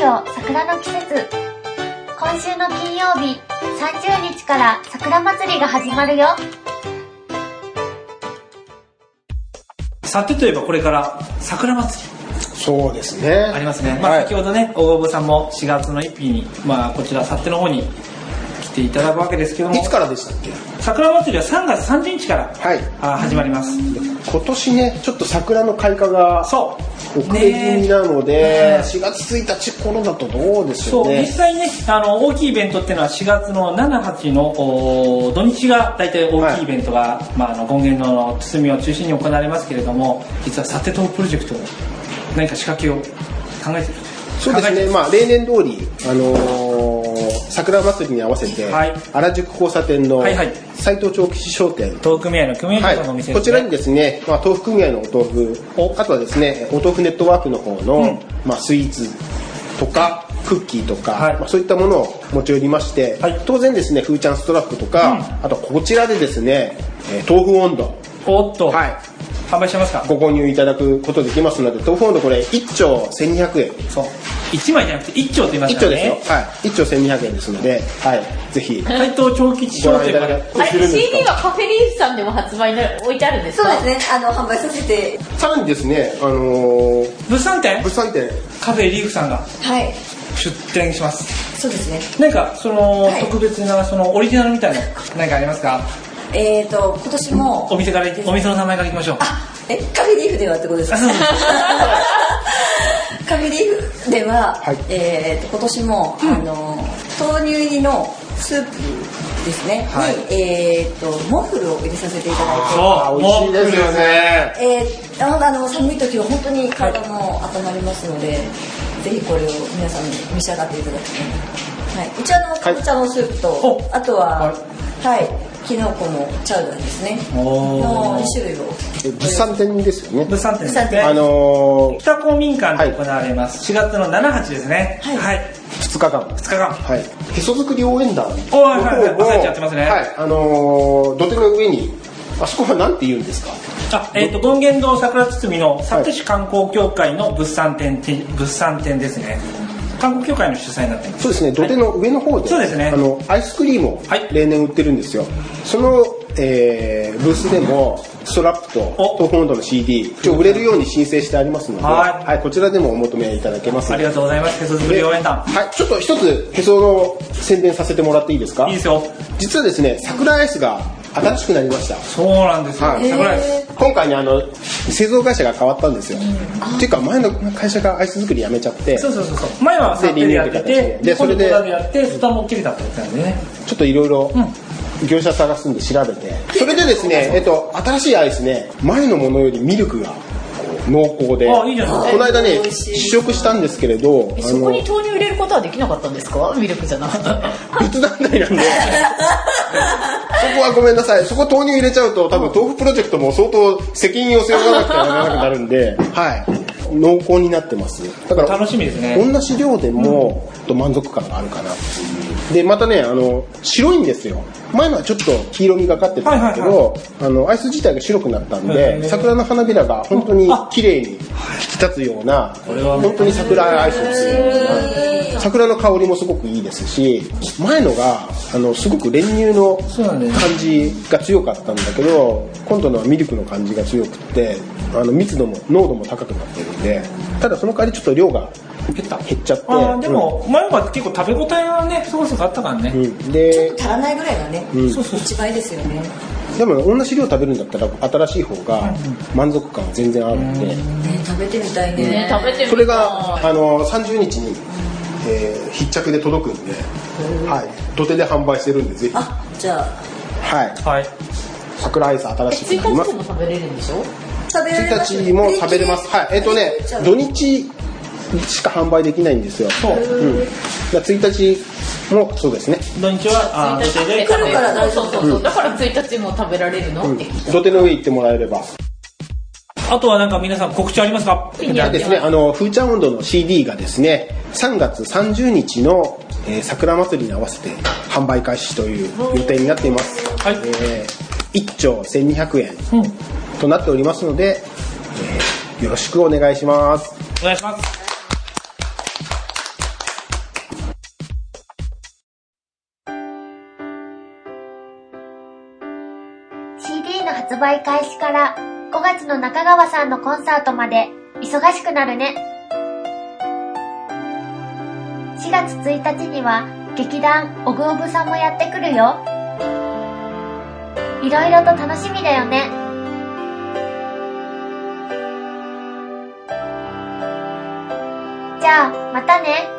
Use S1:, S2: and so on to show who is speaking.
S1: よ桜の季節。今週の金曜日30日から桜祭りが始まるよ。
S2: さてといえばこれから桜祭り
S3: そうです
S2: あり
S3: ね。
S2: ますね、まあ、
S3: はい
S2: 先ほどね大久保さんも4月の1日に、まあ、こちら幸手の方に来ていただくわけですけども
S3: いつからでしたっけ
S2: 桜祭りは3月30日から、
S3: はい
S2: あ始まります
S3: 今年ね、ちょっと桜の開花が
S2: そう
S3: 遅れ気味
S2: ね
S3: なので、
S2: ね
S3: 4月1日頃だとどうでしょう
S2: そう実
S3: ね。
S2: 際にねあの大きいイベントっていうのは4月の78のおー土日が大体大きいイベントが、まあ、あの権現堂の堤を中心に行われますけれども実はサテ島プロジェクトを何か仕掛けを考えてる
S3: そうですね、まあ、例年通り、あのー桜祭りに合わせて、
S2: はい
S3: 原宿交差点の
S2: はいはい
S3: 斎藤長吉商店、
S2: 東組合の組合
S3: はい
S2: 長のお店
S3: こ
S2: です
S3: ち
S2: ね
S3: らにですね、まあ、豆腐組合のお豆腐
S2: お
S3: あとはですねお豆腐ネットワークの方の、
S2: うん
S3: まあ、スイーツとかクッキーとか、
S2: はい
S3: まあ、そういったものを持ち寄りまして、
S2: はい
S3: 当然ですねフーチャンストラップとか、あとこちらでですね、えー豆腐温度
S2: おっと、
S3: はい
S2: 販売してますか
S3: ご購入いただくことできますので豆腐温度これ1丁1200円
S2: そう1枚じゃなくて1丁って言いまし
S3: 1
S2: た
S3: 丁
S2: よ
S3: ですよ、
S2: ね
S3: はい、1丁1200円ですので、はい、ぜひ
S2: 斎藤長吉
S3: ご
S2: 商
S3: 覧い
S2: 店
S3: た
S2: ま
S3: だ
S2: で
S3: き
S4: あれ
S3: するんですか
S4: CD はカフェリーフさんでも発売の置いてあるんです
S5: そ
S4: か
S5: うですね、あの、販売させて。
S3: さらにですね、あのー、
S2: 物産展
S3: 物産展
S2: カフェリーフさんが
S5: はい。
S2: 出店します
S5: そうですね。
S2: なんかその、
S5: はい
S2: 特別なそのオリジナルみたいな何かありますか
S5: えーと、今年も。
S2: お店からお店の名前からいきましょう
S5: あ、え、カフェリーフではってことですか
S2: そうです
S5: カフェリーフでは、
S3: はい
S5: えーと、今年も、あの、豆乳入りのスープですね、
S2: はい
S5: に、えーと、モッフルを入れさせていただいて。
S2: そう
S3: 美味しいですよね
S5: えー、なんかあの寒い時は本当に体も温まりますので、ぜひこれを皆さんに召し上がっていただきたいはい、うちはあのかぼちゃのスープと、
S2: お
S5: あとは、
S2: は
S5: はい、きのこのチャウダーですね
S2: おー
S5: の2種類を
S3: え物産展ですよ
S2: 物
S3: ね。
S2: 産展ですね
S3: あのー、
S2: 北公民館で行われます、4月の78ですね
S5: はい
S3: 2日間。
S2: 2日間
S3: はい。へそ作り応援団の
S2: おーはいはいはい
S3: 方も
S2: 朝一やってますね
S3: はい。あのー、土手の上に、あそこはなんて言うんですか
S2: あえっ、と権現堂桜堤の幸手市観光協会の物産展て、物産展ですね観光協会の主催になってます
S3: そうですね、土手の上の方で、
S2: そうですね
S3: あの、アイスクリームを
S2: はい
S3: 例年売ってるんですよ。その、えー、ブースでも、ストラップと
S2: お、
S3: 東本の CD、一応売れるように申請してありますので、
S2: はい
S3: はい、こちらでもお求めいただけます。
S2: ありがとうございます手作り応援団
S3: はい、ちょっと一つ、へその宣伝させてもらっていいですか
S2: いいですよ
S3: 実はですね桜アイスが新しくなりました
S2: そうなんですよ、
S3: はい
S2: 桜井
S3: 今回ねあの製造会社が変わったんですよ、っていうか前の会社がアイス作りやめちゃって
S2: そうそうそうそう前はサッペでやって
S3: でリニューアル
S2: て
S3: と
S2: で
S3: いう形でで
S2: そ
S3: そ
S2: れ
S3: れ
S2: で
S3: で
S2: コでやってスタも切れたってことなんでね
S3: ちょっといろいろ
S2: う
S3: 業者探すんで調べてそれでですね、えっと、新しいアイスね前のものよりミルクがこう濃厚で
S2: あいいじゃないですか
S3: この間ね
S5: 美味しい
S3: 試食したんですけれどあ
S4: そこに豆乳入れることはできなかったんですかミルクじゃなくて。
S3: 仏壇内なんでそこはごめんなさいそこ豆乳入れちゃうと多分豆腐プロジェクトも相当責任を背負わなくてはならなくなるんではい濃厚になってますだから
S2: 楽しみですね
S3: 同じ量でも、と満足感があるかなっていうでまたねあの白いんですよ前のはちょっと黄色みがかってたんですけど、
S2: はいは
S3: あのアイス自体が白くなったん
S2: へ
S3: で
S2: ー
S3: 桜の花びらが本当に
S2: あ
S3: 綺麗に引き立つような
S2: れは
S3: 本当に桜アイスですはい桜の香りもすごくいいですし前のがあのすごく練乳の
S2: そうなんだよ
S3: 感じが強かったんだけど今度のはミルクの感じが強くってあの密度も濃度も高くなってるんでただその代わりちょっと量が
S2: 減った
S3: 減っちゃって
S2: あーでも、前は結構食べ応えはねそこそこあったからね、
S3: うん、うんで
S5: 足らないぐらいがね、
S3: ん
S5: そうそう一倍ですよね
S3: でも同じ量食べるんだったら新しい方が満足感は全然あるんで、
S5: ね食べてみたいね
S4: ね食べてみたい
S3: それがあの30日に、えー、必着で届くんで、はい、土手で販売してるんでぜひ、は
S5: あじゃあ
S3: い、
S2: はい
S3: 桜アイス新
S4: え
S3: し
S4: 追
S3: いのあり
S4: 加で
S3: ます
S4: も食べれるんでしょ
S5: 食べられます
S3: 1日も食べれますはいえっ、とね
S5: じゃあ
S3: 土日しか販売できないんですよそう、うん、だから1日もそうですね
S2: 土日はあー土手で
S5: 来るから大丈夫
S4: そうそうそう、だから1日も食べられるの、って
S3: 土手の上行ってもらえれば
S2: あとはなんか皆さん告知ありますか
S4: いいね
S3: でですね、あの、フーチャン温度の CD がですね、3月30日の、えー桜祭りに合わせて販売開始という予定になっています。
S2: はい
S3: えー1丁1200円
S2: うんお
S3: となっておりますので、えーよろしくお願いします。
S2: 願いします
S1: 発売開始から5月の中川さんのコンサートまで忙しくなるね。4月1日には劇団オグオグさんもやってくるよ。いろいろと楽しみだよね。じゃあ、またね。